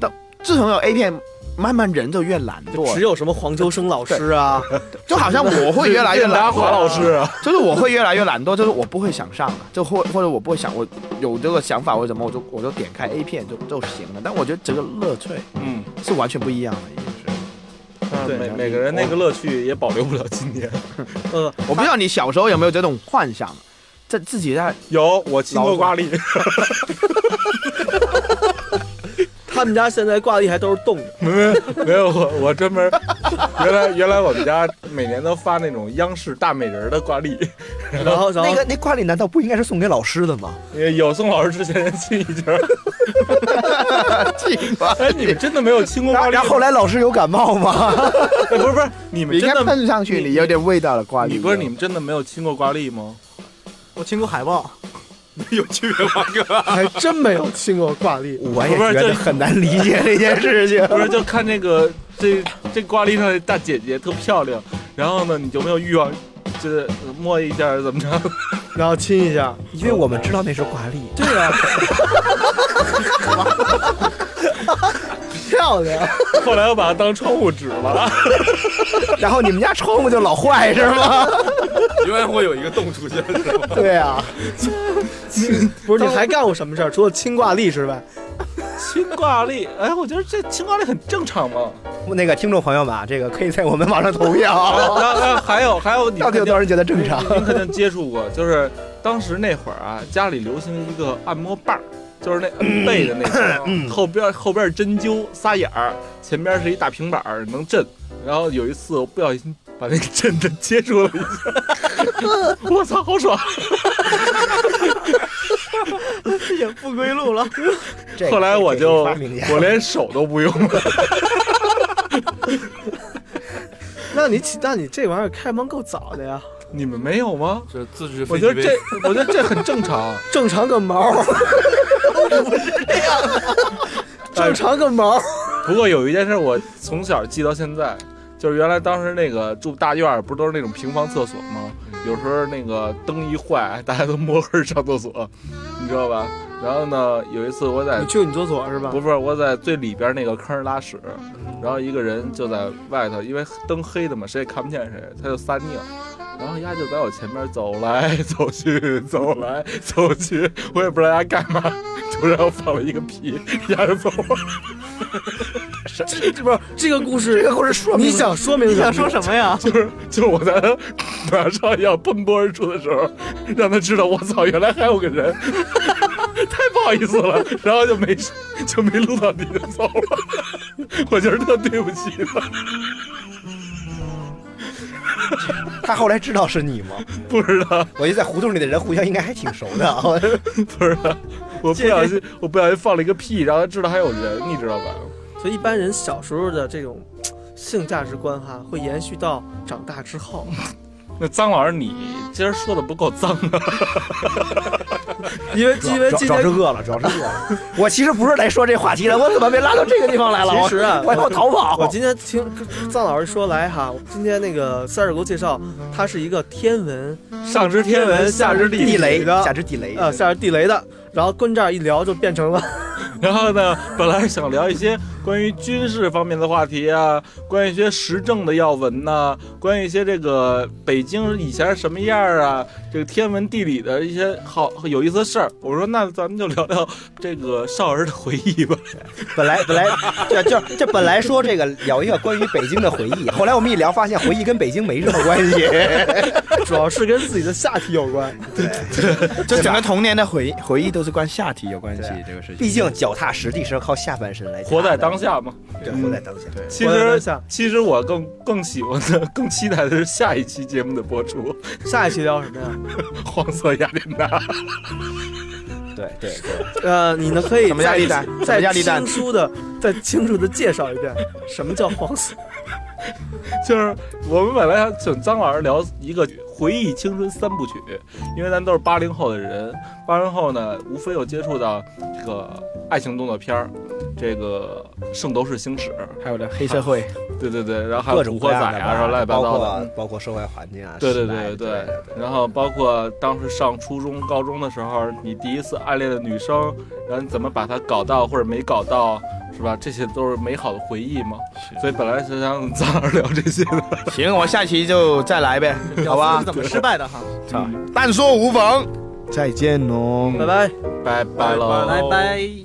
A: 但自从有 A 片，慢慢人就越懒惰了，
F: 只有什么黄秋生老师啊，
A: 就好像我会越来越
D: 任达 (laughs)
A: 懒
D: 华
A: 惰，
D: 老师啊，
A: 就是我会越来越懒惰，就是我不会想上了，就或或者我不会想我有这个想法或者什么，我就我就点开 A 片就就行了。但我觉得这个乐趣
D: 嗯，
A: 是完全不一样的，已经是。
F: 对
D: 每每个人那个乐趣也保留不了今天。
F: 呃，
A: 我不知道你小时候有没有这种幻想，在自己在
D: 有我亲过瓜栗，
F: 他们家现在挂历还都是动的，
D: 没没没有我我专门，原来原来我们家每年都发那种央视大美人儿的挂历，
F: 然后然后
E: 那个那挂历难道不应该是送给老师的吗？
D: 有宋老师之前人亲一截儿。 (laughs)
A: 记吧。
D: 哎，你们真的没有亲过
E: 然
D: 瓜
E: 后
D: 栗？
E: 然后后来老师有感冒吗？
D: 哎不是不是，你
A: 你
D: 们
A: 应
D: 真
A: 该
D: 的
A: 喷上去，你有点味道了，瓜
D: 你
A: 你
D: 不是你们真的没有亲过瓜栗吗？
G: 我亲过海豹，
C: 有区别吗，哥？
F: 还真没有亲过挂历。
E: 我也觉得很难理解这件事情。
D: 不是，就看那个这这挂历上的大姐姐特漂亮，然后呢，你就没有欲望，就是摸一下怎么着？ (laughs)
F: 然后亲一下，
E: 因为我们知道那是挂历，
D: 对呀、
F: 漂亮。
D: 后来我把它当窗户纸了。
E: 然后你们家窗户就老坏是吗？ (laughs)
C: 永远会有一个洞出现，是吗？
E: 对啊，
F: 不是，你还干过什么事儿？除了亲挂历之外，
D: 青挂历，哎，我觉得这青挂历很正常嘛。
E: 那个听众朋友们啊，这个可以在我们网上投
D: (laughs) 然
E: 票，
D: 后，然后还有还有，你
E: 到底有多
D: 肯定
E: 少人觉得正常？
D: 你肯定接触过，就是当时那会儿啊，家里流行一个按摩棒儿，就是那
E: 嗯
D: 摁背的那种，后边后边是针灸仨眼儿，前边是一大平板儿能震。然后有一次我不小心把那个震的接触了一下， (laughs) 我操，好爽！
G: 也不归路了。
E: 这个
D: 后来我就
E: 这个发明一下
D: 我连手都不用了，
F: 那你起那你这玩意儿开蒙够早的呀，
D: 你们没有吗？
C: 这自制
D: 我
C: 飞机
D: 觉得
C: 杯
D: 这，我觉得这很正常。
F: 正常个毛，正常个毛。
D: 不过有一件事我从小记到现在，就是原来当时那个住大院儿，不都是那种平房厕所吗？
F: 嗯
D: 有时候那个灯一坏，大家都摸黑上厕所， (laughs) 你知道吧？然后呢，有一次我在
F: 你去你厕所是吧
D: 不？是我在最里边那个坑拉屎，然后一个人就在外头，因为灯黑的嘛，谁也看不见谁，他就撒尿。然后丫就在我前面走来走去，走来走去，我也不知道丫干嘛，突然放了一个屁，丫就走了。
F: 这这不是这个故事，这个故事说你想说明
G: 你
F: 什么
G: 想说什么呀？
D: 就是就是我在他马上要奔波而出的时候，让他知道我操，原来还有个人， (laughs) 太不好意思了，然后就没就没录到你就走了， (laughs) 我觉得特对不起他，
E: 他后来知道是你吗？
D: 不知道
E: 我觉得在胡同里的人互相应该还挺熟的啊。
D: 不知道，我不小心我不小心放了一个屁，然后他知道还有人，你知道吧？
F: 所以一般人小时候的这种性价值观哈，会延续到长大之后。
D: 那张老师你今儿说的不够脏啊，
F: 因为因为今
E: 主要是
F: 天
E: 饿了，主要是饿
A: (laughs)
E: 了。我其实不是来说这话题的，我怎么被拉到这个地方来了？
F: 其实啊
E: 我我要逃跑。
F: 我今天听藏老师说来哈，今天那个三二狗介绍，他是一个天文
D: 上知天文下知地
E: 地
D: 理，
E: 雷，
F: 的
E: 下之地雷。
F: 呃下是地雷的，然后跟这儿一聊就变成了
D: (laughs) 然后呢，本来想聊一些关于军事方面的话题啊，关于一些时政的要闻呐、关于一些这个北京以前是什么样儿啊，这个天文地理的一些好有意思的事儿。我说那咱们就聊聊这个少儿的回忆
F: (laughs)
D: 吧。
E: 本来本来对，就这本来说这个聊一个关于北京的回忆， (laughs) 后来我们一聊发现回忆跟北京没什么关系。
F: (laughs) 主要是跟自己的下体有关。
A: 就整个童年的回回忆都是关下体有关系
E: 对啊
A: 这个事情。
E: 毕竟脚踏实地是靠下半身来踏的。
D: 活在当下嘛。
E: 对，活在当下。
A: 嗯
D: 其
F: 活在当
D: 实
F: 下
D: 其实我更更喜欢的、更期待的是下一期节目的播出，
F: 下一期聊什么呀？
D: 黄色雅典娜。
E: 对对对，
F: 呃，你呢可以
A: 什么压力
F: 再
A: 大什么
F: 再
A: 压力大
F: 清楚的再清楚的介绍一遍什么叫黄色。
D: 就是我们本来想请张老师聊一个回忆青春三部曲，因为咱都是八零后的人，八零后呢，无非有接触到这个爱情动作片儿，这个《圣斗士星矢》，
A: 还有的黑社会，
D: 对对对，然后还有
E: 各
D: 《
E: 种
D: 古
E: 各
D: 惑仔》
E: 样的
D: 啊，然后乱七八
E: 包
D: 糟的
E: 括。包括社会环境啊。
D: (laughs) 对对
E: 时代
D: 对
E: 对
D: 对，然后包括当时上初中、高中的时候，你第一次暗恋的女生，然后你怎么把她搞到或者没搞到，是吧？这些都是美好的回忆嘛。所以本来是想张老师聊这些的。
A: 行，我下期就再来呗，好
G: 我
A: 吧
G: 是？怎么失败的哈？
A: 但说无妨，再见喽。
F: 拜拜。
D: 拜拜喽，
G: 拜拜。